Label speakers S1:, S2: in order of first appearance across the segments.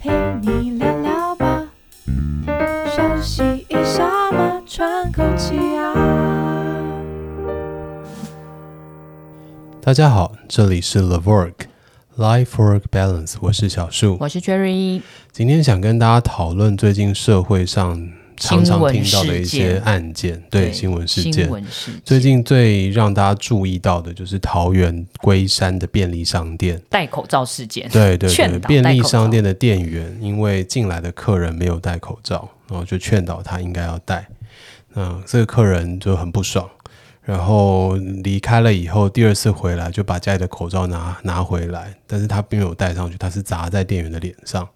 S1: 陪你聊聊吧，休息一下嘛，喘口气啊。
S2: 大家好，这里是 The Work Life Work Balance，我是小树。
S3: 我是 Cherry，
S2: 今天想跟大家讨论最近社会上常常听到的一些案件，对新闻事件
S3: 新。闻事件
S2: 最近最让大家注意到的就是桃园龟山的便利商店，
S3: 戴口罩事件，
S2: 对对对，
S3: 劝导
S2: 便
S3: 戴
S2: 利
S3: 口
S2: 商
S3: 罩
S2: 店的店员因为进来的客人没有戴口罩，然后就劝导他应该要戴。那这个客人就很不爽，然后离开了以后，第二次回来就把家里的口罩拿拿回来，但是他并没有戴上去，他是砸在店员的脸上。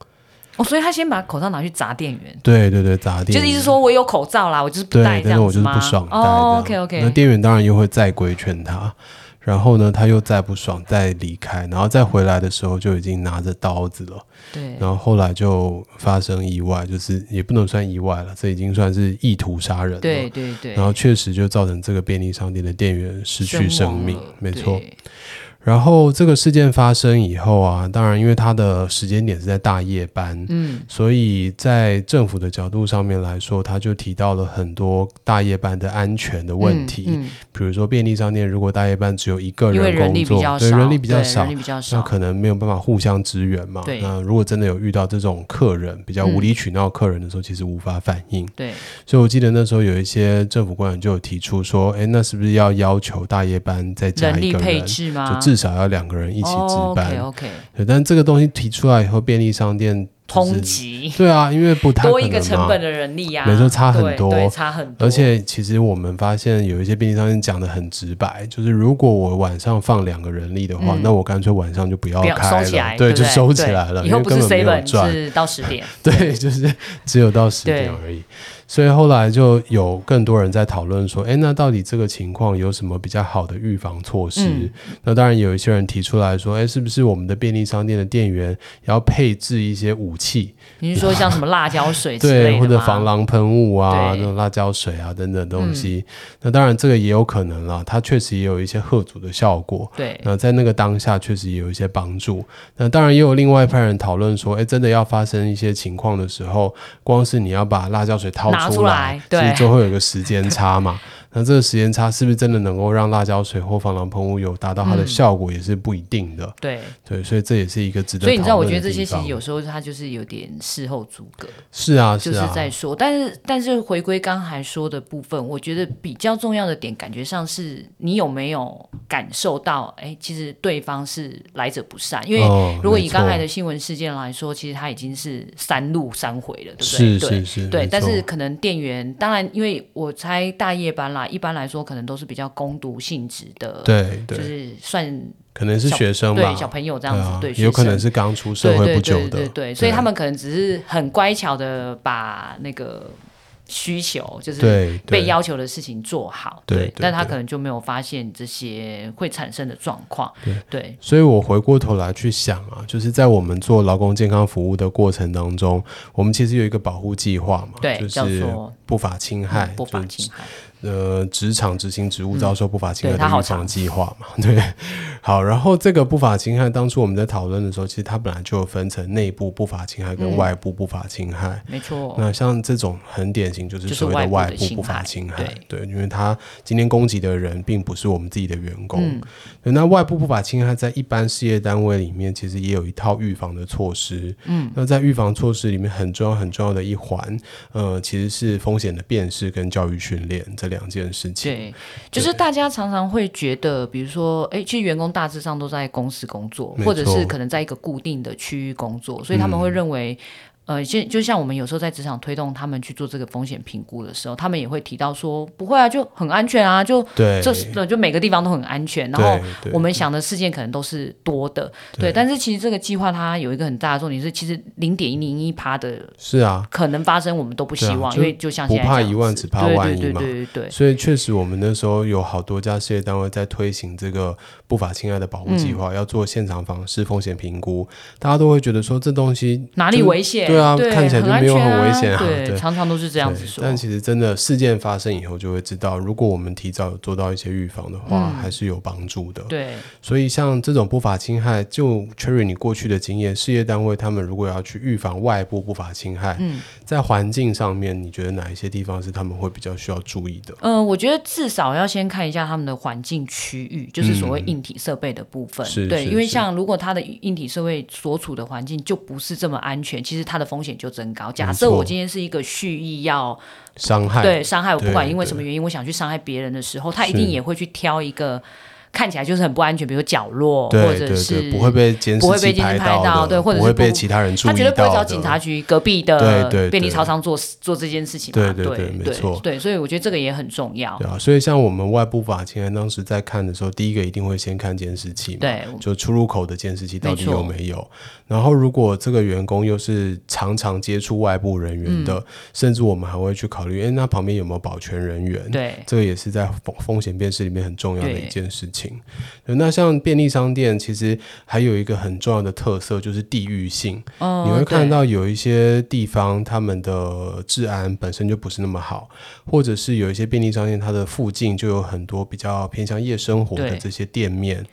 S3: 哦，所以他先把口罩拿去砸店员，
S2: 对对对，砸
S3: 就
S2: 店
S3: 是意
S2: 员。
S3: 思说我有口罩啦，我就是不
S2: 对，
S3: 戴这
S2: 但是
S3: 样
S2: 我
S3: 子
S2: 就是
S3: 吗？
S2: 不爽戴这样。
S3: 哦，OK
S2: 那
S3: OK，
S2: 店员当然又会再规劝他，然后呢，他又再不爽，再离开，然后再回来的时候就已经拿着刀子了。
S3: 对
S2: 然后后来就发生意外，就是也不能算意外了，这已经算是意图杀人了。
S3: 对对对，
S2: 然后确实就造成这个便利商店的店员失去生
S3: 亡
S2: 命
S3: 了，
S2: 没错。
S3: 对
S2: 然后这个事件发生以后啊，当然因为他的时间点是在大夜班，
S3: 嗯，
S2: 所以在政府的角度上面来说，他就提到了很多大夜班的安全的问题，
S3: 嗯嗯
S2: 比如说便利商店如果大夜班只有一个
S3: 因为
S2: 人
S3: 人
S2: 工
S3: 力比较
S2: 作，
S3: 少，
S2: 对人力比较
S3: 对
S2: 少
S3: 人，力比较
S2: 那
S3: 少，
S2: 可能没有办法互相支援嘛。
S3: 对
S2: 那如果真的有遇到这种客人比较
S3: 嗯
S2: 无理取闹客人的时候，其实无法反应。
S3: 对
S2: 所以我记得那时候有一些政府官员就有提出说，哎，那是不是要要求大夜班再加
S3: 人
S2: 一
S3: 力
S2: 个
S3: 配
S2: 人？
S3: 置吗？哦
S2: 就至少要两个人一起值班。
S3: OK OK，
S2: 对，但这个东西提出来以后，便利商店就是
S3: 通缉
S2: 对啊，因为不太可能嘛
S3: 多一个成本的人力啊，
S2: 没错差很
S3: 对
S2: 多
S3: 对，差很多，
S2: 而且其实我们发现有一些便利商店讲的很直白，就是如果我晚上放两个人力的话，
S3: 嗯
S2: 那我干脆晚上就不要
S3: 不要
S2: 哦开
S3: 收
S2: 了，
S3: 起来，
S2: 对，
S3: 不
S2: 就收起来了，
S3: 对以
S2: 因
S3: 后
S2: 为
S3: 不是
S2: 根本没有
S3: seven
S2: 赚，
S3: 是到十 点，
S2: 对，就是只有到十点而已。所以后来就有更多人在讨论说，哎，那到底这个情况有什么比较好的预防措施？
S3: 嗯
S2: 那当然有一些人提出来说，哎，是不是我们的便利商店的店员也要配置一些武器？
S3: 你是说像什么辣椒水之类的
S2: 对，
S3: 吗
S2: 或者防狼喷雾啊，
S3: 对嗯
S2: 那种辣椒水啊等等东西。那当然，这个也有可能啦，它确实也有一些贺阻的效果。
S3: 对
S2: 那在那个当下，确实也有一些帮助。那当然，也有另外一派人讨论说，哎，真的要发生一些情况的时候，光是你要把辣椒水掏
S3: 拿
S2: 出
S3: 出来
S2: 其实
S3: 对
S2: 就会有一个时间差嘛。那这个时间差是不是真的能够让辣椒水或防狼喷雾有达到它的
S3: 嗯
S2: 效果，也是不一定的。
S3: 对，
S2: 对，所以这也是一个值得。
S3: 所以你知道，我觉
S2: 的
S3: 得这些
S2: 地
S3: 其实
S2: 方
S3: 有时候它就是有点事后诸葛，
S2: 是啊，
S3: 就是是
S2: 啊，
S3: 在说，但是但是回归刚才说的部分，我觉得比较重要的点，感觉上是你有没有感受到，哎，其实对方是来者不善，因为
S2: 哦
S3: 如果
S2: 没
S3: 以刚才
S2: 错
S3: 的新闻事件来说，其实它已经是三路三回了，对不对？
S2: 是
S3: 对
S2: 是是，
S3: 对，
S2: 没
S3: 但
S2: 错
S3: 是可能店员，当然，因为我猜大夜班啦，一般来说可能都是比较攻读性质的，，
S2: 对
S3: 呃就
S2: 对，
S3: 是算
S2: 可能是
S3: 小
S2: 学生吧
S3: 对，小朋友
S2: 这
S3: 这样子，
S2: 对
S3: 对，
S2: 啊，有可能
S3: 学生
S2: 是刚出社会不久
S3: 对对
S2: 的，
S3: 对对对，所以他们可能只是很乖巧的把那个需求，就是
S2: 对
S3: 被
S2: 对
S3: 要求的事情做好，
S2: 对对
S3: 但他
S2: 对
S3: 可能就没有发现这些会产生的状况，对，
S2: 所以我回过头来去想啊，就是在我们做劳工健康服务的过程当中，我们其实有一个保护计划嘛，
S3: 对
S2: 就
S3: 叫
S2: 是
S3: 做嗯
S2: 不法侵害，
S3: 不法
S2: 就
S3: 侵害，
S2: 呃职场执行职务遭受不法侵害
S3: 对它
S2: 的预
S3: 好
S2: 防
S3: 长
S2: 计划嘛， 对，好，然后这个不法侵害，当初我们在讨论的时候，其实它本来就有分成内部不法侵害跟
S3: 嗯
S2: 外部不法侵害，
S3: 没错，
S2: 那像这种很典型，就是所谓的外部不法侵害，
S3: 就是外部的侵害
S2: 对，因为他今天攻击的人并不是我们自己的员工。对那外部不法侵害在一般事业单位里面，其实也有一套预防的措施。嗯，那在预防措施里面，很重要很重要的一环，呃，其实是风险的辨识跟教育训练这两件事情。
S3: 对，就是大家常常会觉得，比如说，哎，其实员工大致上都在公司工作
S2: 没，
S3: 或者
S2: 错嗯
S3: 是可能在一个固定的区域工作，所以他们会认为。呃，就就像我们有时候在职场推动他们去做这个风险评估的时候，他们也会提到说，不会啊，就很安全啊，就
S2: 对，
S3: 这是就每个地方都很安全，然后
S2: 对对
S3: 我们想的事件可能都是多的，对。但是其实这个计划它有一个很大的重点是，其实零点零一趴的
S2: 是啊，
S3: 可能发生，我们都不希
S2: 对啊
S3: 望，
S2: 就
S3: 因为就像
S2: 不
S3: 现在
S2: 怕
S3: 这样
S2: 一万
S3: 子
S2: 只怕
S3: 对
S2: 万一
S3: 对
S2: 嘛
S3: 对对对对，
S2: 所以确实，我们那时候有好多家事业单位在推行这个不法侵害的
S3: 嗯
S2: 保护计划，要做现场房事风险评估，大家都会觉得说这东西
S3: 哪里
S2: 就是
S3: 危险？
S2: 对啊
S3: 对
S2: 看起来就没有很危险啊
S3: 很安全对，
S2: 对
S3: 常常都是这样子
S2: 对
S3: 说。
S2: 但其实真的事件发生以后，就会知道，如果我们提早有做到一些预防的话，
S3: 嗯
S2: 还是有帮助的。
S3: 对，
S2: 所以像这种不法侵害，就 Cherry 你过去的经验，事业单位他们如果要去预防外部不法侵害，
S3: 嗯
S2: 在环境上面，你觉得哪一些地方是他们会比较需要注意的？
S3: 嗯、我觉得至少要先看一下他们的环境区域，就是所谓
S2: 嗯
S3: 硬体设备的部分。
S2: 是
S3: 对，
S2: 是
S3: 因为
S2: 是
S3: 像如果它的硬体设备所处的环境就不是这么安全，其实它的风险就增高。假
S2: 没
S3: 设我
S2: 错
S3: 今天是一个蓄意要
S2: 伤害
S3: 对伤害我，不
S2: 对
S3: 管因为什
S2: 对
S3: 么原因，我想去伤害别人的时候，他一定
S2: 是
S3: 也会去挑一个看起来就是很不安全，比如角落，或
S2: 对
S3: 者
S2: 对
S3: 是
S2: 对，不会被监视
S3: 不会
S2: 器
S3: 被监视
S2: 到
S3: 拍到
S2: 的，
S3: 对或者
S2: 不
S3: 是
S2: 会被
S3: 不
S2: 其他人注意
S3: 他
S2: 到的，
S3: 绝对不会找警察局隔壁
S2: 对
S3: 的
S2: 对
S3: 便利
S2: 对
S3: 超商做做这件事情嘛？
S2: 对对对没
S3: 对
S2: 错
S3: 对，所以我觉得这个也很重要
S2: 对。啊，所以像我们外部法侵害，当时在看的时候，第一个一定会先看监视器嘛，
S3: 对
S2: 就出入口的监视器到底
S3: 没错
S2: 有没有。然后，如果这个员工又是常常接触外部人员
S3: 嗯
S2: 的，甚至我们还会去考虑，哎，那旁边有没有保全人员？，
S3: 对，
S2: 这个也是在风风险辨识里面很重要的
S3: 对
S2: 一件事情。对那像便利商店，其实还有一个很重要的特色就是地域性。
S3: 嗯，
S2: 你会看
S3: 对
S2: 到有一些地方他们的治安本身就不是那么好，或者是有一些便利商店，它的附近就有很多比较偏向夜生活的
S3: 对
S2: 这些店面。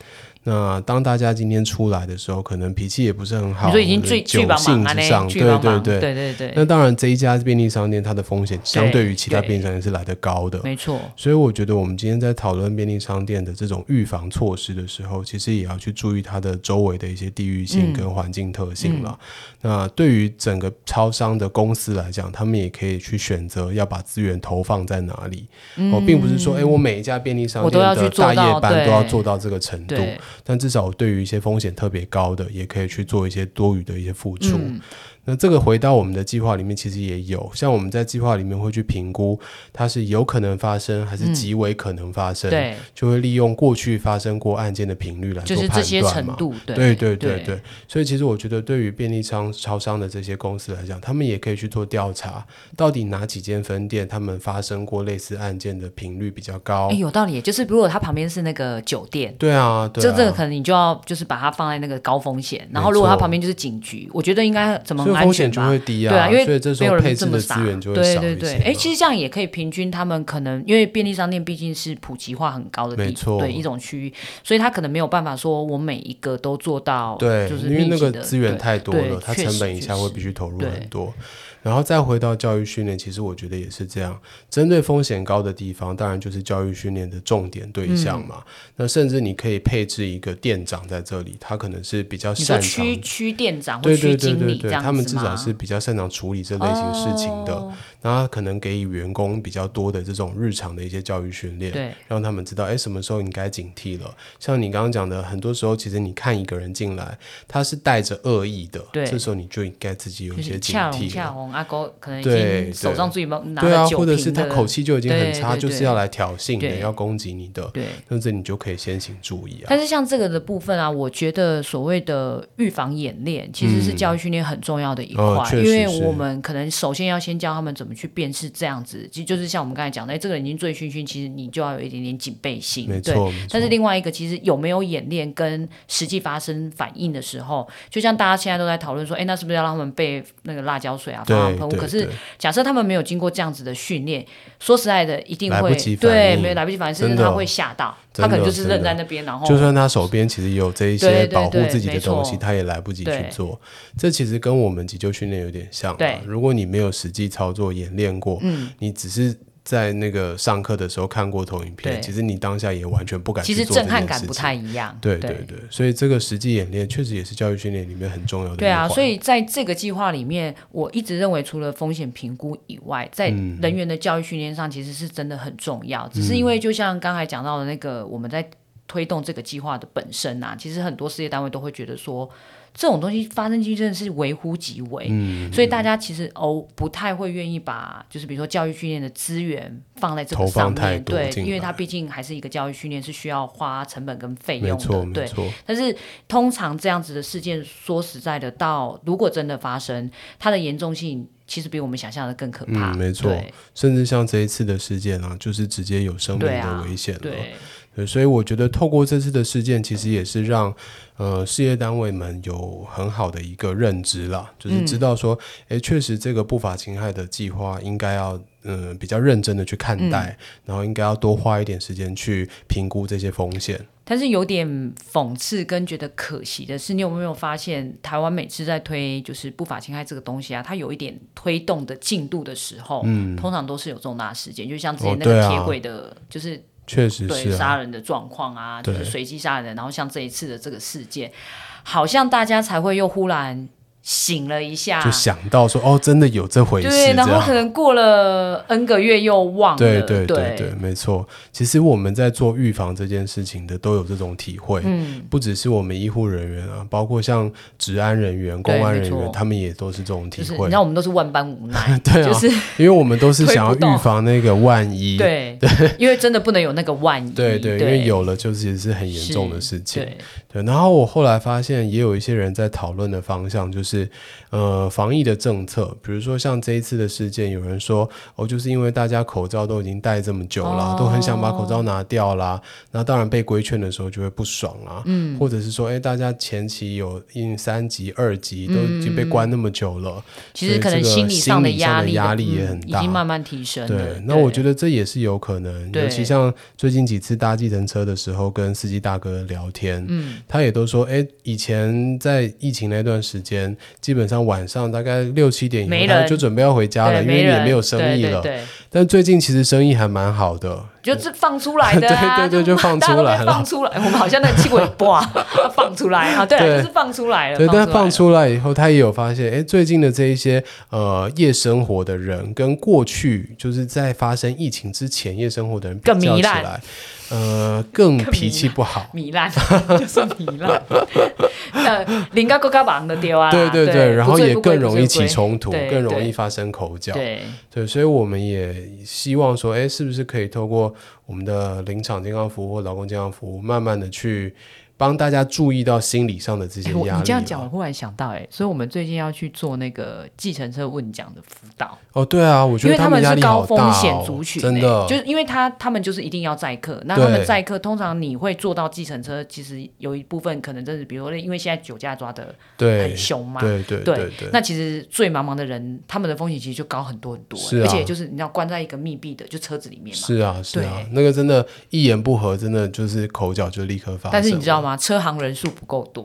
S2: 那当大家今天出来的时候，可能脾气也不是很好，
S3: 你说已经
S2: 或者
S3: 最
S2: 酒
S3: 巨帮
S2: 性
S3: 忙啊，
S2: 之
S3: 那
S2: 上，
S3: 巨
S2: 对
S3: 帮
S2: 对
S3: 忙，
S2: 对。
S3: 对对
S2: 那
S3: 对，
S2: 当然，这一家便利商店它的风险相对于其他
S3: 对
S2: 便利商店是来得高的。
S3: 没错，
S2: 所以我觉得我们今天在讨论便利商店的这种预防措施的时候，其实也要去注意它的周围的一些地域性
S3: 嗯
S2: 跟环境特性了。那对于整个超商的公司来讲，他们也可以去选择要把资源投放在哪里。哦，并不是说，哎，我每一家便利商
S3: 嗯我都
S2: 店
S3: 要
S2: 的
S3: 去做
S2: 大
S3: 到
S2: 夜班都要
S3: 对
S2: 做到这个程度，
S3: 对，
S2: 但至少我对于一些风险特别高的，也可以去做一些多余的一些付出。
S3: 嗯
S2: 那这个回到我们的计划里面，其实也有，像我们在计划里面会去评估它是有可能发生还是极为可能发生，，
S3: 嗯对，
S2: 就会利用过去发生过案件的频率来
S3: 就
S2: 做
S3: 是
S2: 判断嘛。
S3: 这些程度，
S2: 对
S3: 对
S2: 对对对，所以其实我觉得，对于便利商超商的这些公司来讲，他们也可以去做调查，到底哪几间分店他们发生过类似案件的频率比较高
S3: 哎，？有道理，就是如果它旁边是那个酒店。
S2: 对啊，对
S3: 这
S2: 啊，
S3: 这个可能你就要就是把它放在那个高风险，然后
S2: 没
S3: 如果它
S2: 错
S3: 旁边就是警局，我觉得应该怎么
S2: 所以
S3: 很安
S2: 风险
S3: 全
S2: 就
S3: 吧？
S2: 会低
S3: 对啊因为
S2: 所以这时
S3: 没有
S2: 候
S3: 人
S2: 配置
S3: 这么
S2: 的
S3: 傻
S2: 资源就会
S3: 对
S2: 少
S3: 对
S2: 一
S3: 对，
S2: 些。
S3: 哎，其实这样也可以平均他们可能，因为便利商店毕竟是普及化很高的
S2: 没
S3: 地，
S2: 错
S3: 对一种区域，所以他可能没有办法说我每一个都做到，
S2: 对，
S3: 就是
S2: 因为
S3: 密
S2: 那
S3: 集
S2: 个
S3: 的
S2: 资源
S3: 对
S2: 太多
S3: 对
S2: 了，它
S3: 确
S2: 成
S3: 实
S2: 本一
S3: 确
S2: 下会
S3: 实
S2: 必须投入
S3: 对
S2: 很多。然后再回到教育训练，其实我觉得也是这样。针对风险高的地方，当然就是教育训练的重点对象
S3: 嗯
S2: 嘛。那甚至你可以配置一个店长在这里，他可能是比较
S3: 你说
S2: 擅长
S3: 区，区店长或
S2: 对
S3: 区
S2: 对对
S3: 经
S2: 对
S3: 理这
S2: 对，
S3: 样子
S2: 他们至少
S3: 吗
S2: 是比较擅长处理这类型事情的。
S3: 哦
S2: 那他可能给予员工比较多的这种日常的一些教育训练，
S3: 对，
S2: 让他们知道，哎，什么时候你该警惕了。像你刚刚讲的，很多时候其实你看一个人进来，他是带着恶意的，
S3: 对
S2: 这时候你就应该自己有
S3: 就
S2: 一些
S3: 是
S2: 警
S3: 恰红
S2: 惕
S3: 恰
S2: 了。
S3: 红阿哥可能已
S2: 对
S3: 经手
S2: 对
S3: 上自己拿
S2: 对啊，
S3: 了酒
S2: 或者是
S3: 瓶
S2: 他
S3: 的
S2: 口气就已经很差，
S3: 对对
S2: 就是要来挑衅的，
S3: 对
S2: 要攻击你的，
S3: 对。
S2: 那这你就可以先行注意啊。
S3: 但是像这个的部分啊，我觉得所谓的预防演练其实是
S2: 嗯
S3: 教育训练很重要的一块，
S2: 哦确实
S3: 因为
S2: 是
S3: 我们可能首先要先教他们怎么去辨识这样子，就就是像我们刚才讲的，哎，这个人已经醉醺醺，其实你就要有一点点警备心，
S2: 没
S3: 对。
S2: 错，没错
S3: 但是另外一个，其实有没有演练跟实际发生反应的时候，就像大家现在都在讨论说，哎，那是不是要让他们备那个辣椒水啊、防狼
S2: 对
S3: 喷雾？
S2: 对
S3: 可是
S2: 对
S3: 假设他们没有经过这样子的训练，说实在的，一定
S2: 来不
S3: 会
S2: 及反
S3: 对
S2: 应
S3: 没有来不及反应，甚
S2: 真
S3: 至
S2: 的
S3: 他会吓到，
S2: 真
S3: 他
S2: 的
S3: 可能就是
S2: 真的
S3: 愣在那边，然后
S2: 就算他手边其实有这一些
S3: 哦对对对
S2: 保护自己的
S3: 没错
S2: 东西，他也来不及去
S3: 对
S2: 做。这其实跟我们急救训练有点像、啊。
S3: 对
S2: 如果你没有实际操作演练过，
S3: 嗯
S2: 你只是在那个上课的时候看过投影片，
S3: 对
S2: 其实你当下也完全不敢
S3: 其
S2: 去
S3: 实
S2: 做这件事情。
S3: 震撼感不太一样。
S2: 对
S3: 对
S2: 对对，所以这个实际演练确实也是教育训练里面很重要的一环。
S3: 对啊，所以在这个计划里面，我一直认为除了风险评估以外，在
S2: 嗯
S3: 人员的教育训练上其实是真的很重要。只是因为就像刚才讲到的那个，我们在推动这个计划的本身啊，其实很多事业单位都会觉得说，这种东西发生几率真的是微乎其微。
S2: 嗯，
S3: 所以大家其实哦不太会愿意把就是比如说教育训练的资源放在这个
S2: 投放
S3: 上
S2: 太
S3: 面，
S2: 多
S3: 对，
S2: 进
S3: 因为它
S2: 来
S3: 毕竟还是一个教育训练是需要花成本跟费
S2: 没
S3: 用
S2: 错
S3: 的，
S2: 没
S3: 对。
S2: 错，
S3: 但是通常这样子的事件，说实在的，到如果真的发生，它的严重性其实比我们想象的更可怕。
S2: 嗯没错
S3: 对
S2: 甚至像这一次的事件啊，就是直接有生命
S3: 对啊
S2: 的危险了。
S3: 对，
S2: 对，所以我觉得透过这次的事件，其实也是让呃事业单位们有很好的一个认知啦，就是
S3: 嗯
S2: 知道说，诶，确实这个不法侵害的计划应该要嗯、呃比较认真的去看待，
S3: 嗯
S2: 然后应该要多花一点时间去评估这些风险。
S3: 但是有点讽刺跟觉得可惜的是，你有没有发现，台湾每次在推就是不法侵害这个东西啊，它有一点推动的进度的时候，嗯，通常都是有重大事件，就像之前那
S2: 哦对
S3: 个
S2: 啊
S3: 铁轨的，就是
S2: 确实
S3: 对
S2: 是
S3: 杀
S2: 啊，
S3: 人的状况啊，就是
S2: 对
S3: 随机杀人，然后像这一次的这个事件，好像大家才会又忽然醒了一下，
S2: 就想到说，哦，真的有这回事，
S3: 啊对，
S2: 这
S3: 然后
S2: 样。
S3: 可能过了 N 个月又忘了，
S2: 对对
S3: 对
S2: 对对，没错。其实我们在做预防这件事情的都有这种体会，嗯，不只是我们医护人员啊，包括像治安人员、
S3: 对
S2: 公安
S3: 没
S2: 人员，
S3: 错
S2: 他们也都是这种体
S3: 就是你
S2: 会，
S3: 知。道我们都是万般无奈
S2: 对啊，
S3: 就是
S2: 因为我们都是
S3: 推
S2: 想要
S3: 不动
S2: 预防那个万一，
S3: 对，因为真的不能有那个万一，
S2: 对
S3: 对，
S2: 对，因为有了就其实是很严
S3: 是
S2: 重的事情。
S3: 对
S2: 对，然后我后来发现，也有一些人在讨论的方向就是，呃，防疫的政策，比如说像这一次的事件，有人说，哦，就是因为大家口罩都已经戴这么久啦，都很想把口罩拿掉啦，那当然被规劝的时候就会不爽啦，嗯，或者是说，哎，大家前期有因三级、二级都已经被关那么久了，
S3: 其实
S2: 所
S3: 可
S2: 以
S3: 能
S2: 这个
S3: 心理上的
S2: 心理上
S3: 压
S2: 的
S3: 力
S2: 压力
S3: 嗯
S2: 也很
S3: 已
S2: 大
S3: 经慢慢提升了。
S2: 对，那我觉
S3: 得
S2: 得这也是有可能，尤其
S3: 对
S2: 像最近几次搭计程车的时候，跟司机大哥聊天，嗯，他也都说，哎，以前在疫情那段时间，基本上晚上大概六七点以后，
S3: 没
S2: 他
S3: 人
S2: 就准备要回家了，因为
S3: 没人
S2: 也没有生意了。
S3: 对对对
S2: 但最近其实生意还蛮好的，
S3: 就是放出来的啊，
S2: 对对对就放
S3: 大家
S2: 出
S3: 都
S2: 来
S3: 被
S2: 了
S3: 放出来，我们好像那个气鬼哇， 放出来啊，对啊，
S2: 对
S3: 就是放出来了，
S2: 对，但
S3: 来
S2: 放
S3: 了
S2: 出来以后，他也有发现，哎，最近的这一些呃夜生活的人，跟过去就是在发生疫情之前夜生活的人比
S3: 更
S2: 较
S3: 糜
S2: 起
S3: 烂
S2: 来，呃，更
S3: 更
S2: 脾气
S3: 糜烂
S2: 不好。
S3: 糜烂， 就是 糜烂，呃，人家国家忙的丢啊，
S2: 对
S3: 对
S2: 对，然
S3: 不
S2: 后
S3: 醉
S2: 也
S3: 不归
S2: 更容易起，冲突，
S3: 不醉
S2: 更容易
S3: 对
S2: 发生口角
S3: 不醉。对
S2: 对，所以我们也希望说，哎，是不是可以透过我们的临场健康服务或劳工健康服务，慢慢的去帮大家注意到心理上的这些
S3: 哎，
S2: 压
S3: 我
S2: 力啊。
S3: 你这样讲，我忽然想到，哎，所以我们最近要去做那个计程车问讲的辅导，
S2: 哦，对啊，我觉
S3: 因
S2: 得
S3: 为他
S2: 们压
S3: 是
S2: 力
S3: 高
S2: 好
S3: 风
S2: 大
S3: 险
S2: 哦
S3: 族群、欸，
S2: 真的，
S3: 就是因为他他们就是一定要载客，那
S2: 对
S3: 他们载客通常你会坐到计程车，其实有一部分可能真是，比如说因为现在酒驾抓的
S2: 对
S3: 很凶嘛。
S2: 对对
S3: 对
S2: 对对，
S3: 那其实最茫茫的人，他们的风险其实就高很多很多、欸
S2: 是啊
S3: 而且就是你要关在一个密闭的，就车子里面嘛。
S2: 是啊是啊
S3: 对，
S2: 那个真的，一言不合，真的就是口角就立刻发生。
S3: 但是你知道？吗？车行人数不够多，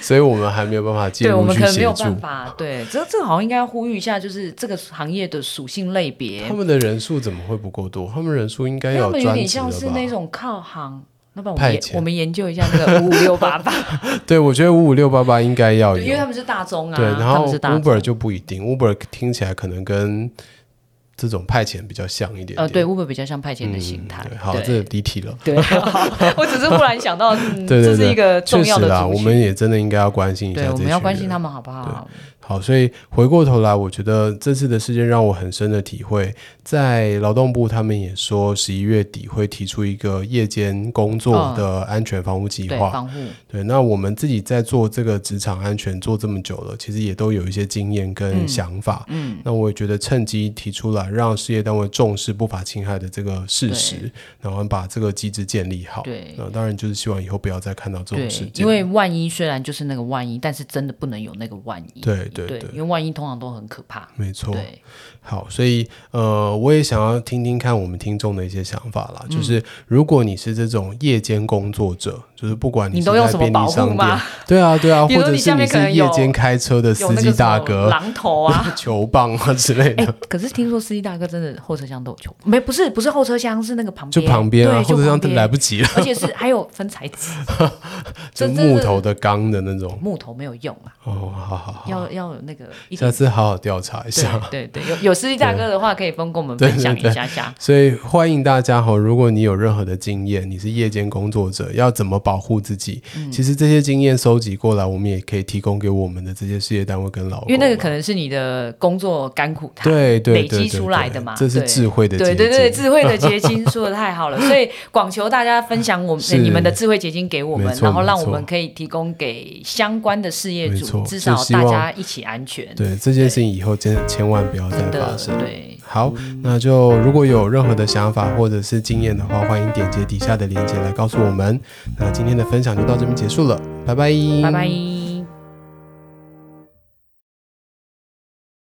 S2: 所以我们还没有办法 介
S3: 对我
S2: 入
S3: 们
S2: 去
S3: 可能没
S2: 协
S3: 有
S2: 助
S3: 办。法。对，这这个好像应该要呼吁一下，就是这个行业的属性类别，
S2: 他们的人数怎么会不够多？他们人数应该
S3: 他
S2: 要
S3: 们有
S2: 专
S3: 点
S2: 职
S3: 像
S2: 了
S3: 是
S2: 吧
S3: 那种靠行。那不然我
S2: 派
S3: 们研
S2: 遣
S3: 我们研究一下那个五五六 八八，
S2: 对，我觉得五五六八八应该哦要有。
S3: 对因为他们是大宗啊，
S2: 对，然
S3: 他
S2: 后
S3: 们是大宗
S2: Uber 就不一定，Uber 听起来可能跟这种派遣比较像一点点。
S3: 呃，对 Uber 比较像派遣的形
S2: 嗯
S3: 态
S2: 对，好，这
S3: 对
S2: 离题了。
S3: 对， 我只是忽然想到，嗯，
S2: 对对
S3: 这是一个
S2: 对，确
S3: 重要
S2: 实
S3: 的
S2: 啦，
S3: 族
S2: 我
S3: 群
S2: 们也真的应该要关心一下这
S3: 对，我们
S2: 群
S3: 要关心
S2: 人
S3: 他们好不好？
S2: 好，所以回过头来，我觉得这次的事件让我很深的体会，在劳动部他们也说，十一月底会提出一个夜间工作
S3: 嗯
S2: 的安全防护计
S3: 对，
S2: 划。
S3: 防护，
S2: 对，那我们自己在做这个职场安全做这么久了，其实也都有一些经验跟想法。嗯，那我也觉得趁机提出来，让事业单位重视不法侵害的这个事实
S3: 对，
S2: 然后把这个机制建立好。
S3: 对
S2: 那当然就是希望以后不要再看到这
S3: 对
S2: 种事，件。
S3: 因为万一虽然就是那个万一，但是真的不能有那个万一，
S2: 对对对哦
S3: 因为万一通常都很可怕，
S2: 没错，
S3: 对，
S2: 好，所以呃，我也想要听听看我们听众的一些想法啦。
S3: 嗯
S2: 就是如果你是这种夜间工作者，就是不管
S3: 你
S2: 是
S3: 都用
S2: 在
S3: 什么
S2: 便
S3: 保
S2: 利
S3: 护
S2: 商店
S3: 吗，
S2: 对啊对啊，
S3: 比
S2: 或
S3: 如
S2: 者
S3: 说你
S2: 是
S3: 下面
S2: 你
S3: 可
S2: 是
S3: 能
S2: 夜
S3: 有
S2: 间开车的
S3: 有
S2: 司
S3: 那
S2: 机
S3: 个
S2: 大
S3: 什么
S2: 哥、
S3: 榔头啊，
S2: 球棒啊之类
S3: 哎、
S2: 的，
S3: 可是听说司机大哥真的后车厢都有球，没不是不是后车厢，是那个旁边，
S2: 就旁边啊，
S3: 对
S2: 或者让他来不
S3: 及，
S2: 及了，
S3: 而且是还有分材 质，
S2: 就
S3: 这
S2: 木头的、钢的那种。
S3: 木头没有用啊，
S2: 哦，好好好，
S3: 要要有那个一
S2: 下
S3: 点。
S2: 次好好调查一下。
S3: 对对对，有有司机大哥的话，可以分跟我们
S2: 对
S3: 分享
S2: 对
S3: 一
S2: 对
S3: 下下。
S2: 所以欢迎大家哈、如果你有任何的经验，你是夜间工作者，要怎么保护自己？
S3: 嗯
S2: 其实这些经验收集过来，我们也可以提供给我们的这些事业单位跟老公嘛，
S3: 因为那个可能是你的工作甘苦谈，
S2: 对对
S3: 累
S2: 对
S3: 积
S2: 对
S3: 出来
S2: 对
S3: 的嘛，
S2: 这是
S3: 对
S2: 智慧的
S3: 对
S2: 结
S3: 对对，
S2: 晶
S3: 智慧的结晶说的太好了，所以广求大家分享我 们
S2: 是
S3: 你们的智慧结晶给我
S2: 没
S3: 们，
S2: 错
S3: 然后让
S2: 没
S3: 我
S2: 错
S3: 们可以提供给相关的事业
S2: 没
S3: 主
S2: 错，
S3: 至
S2: 就
S3: 少
S2: 希
S3: 大
S2: 望
S3: 家一起安全。
S2: 对这件事情以后真的千万不要再
S3: 的
S2: 发生。
S3: 对，
S2: 好，那就如果有任何的想法或者是经验的话，欢迎点击底下的链接来告诉我们。那今天的分享就到这边结束了，拜拜，
S3: 拜拜。